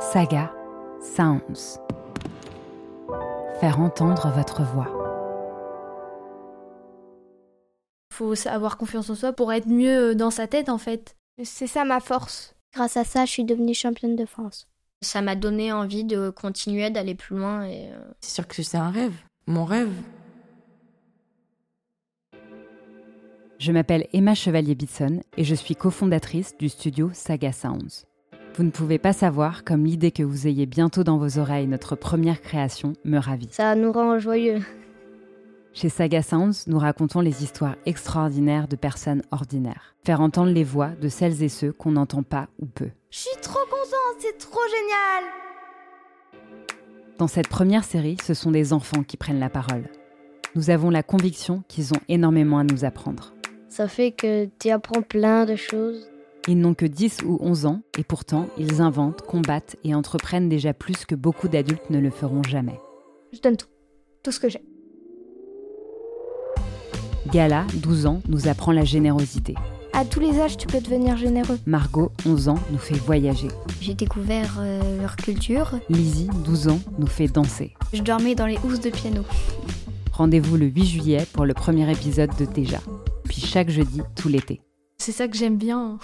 Saga Sounds. Faire entendre votre voix. faut avoir confiance en soi pour être mieux euh, dans sa tête en fait. C'est ça ma force. Grâce à ça, je suis devenue championne de France. Ça m'a donné envie de continuer d'aller plus loin et euh, C'est sûr que c'est un rêve, mon rêve. Je m'appelle Emma Chevalier-Bitson et je suis cofondatrice du studio Saga Sounds. Vous ne pouvez pas savoir comme l'idée que vous ayez bientôt dans vos oreilles notre première création me ravit. Ça nous rend joyeux. Chez Saga Sounds, nous racontons les histoires extraordinaires de personnes ordinaires. Faire entendre les voix de celles et ceux qu'on n'entend pas ou peu. Je suis trop contente, c'est trop génial. Dans cette première série, ce sont des enfants qui prennent la parole. Nous avons la conviction qu'ils ont énormément à nous apprendre. Ça fait que tu apprends plein de choses. Ils n'ont que 10 ou 11 ans et pourtant, ils inventent, combattent et entreprennent déjà plus que beaucoup d'adultes ne le feront jamais. Je donne tout, tout ce que j'ai. Gala, 12 ans, nous apprend la générosité. À tous les âges, tu peux devenir généreux. Margot, 11 ans, nous fait voyager. j'ai découvert euh, leur culture. Lizzie, 12 ans, nous fait danser. Je dormais dans les housses de piano. Rendez-vous le 8 juillet pour le premier épisode de Déjà. Puis chaque jeudi, tout l'été. C'est ça que j'aime bien.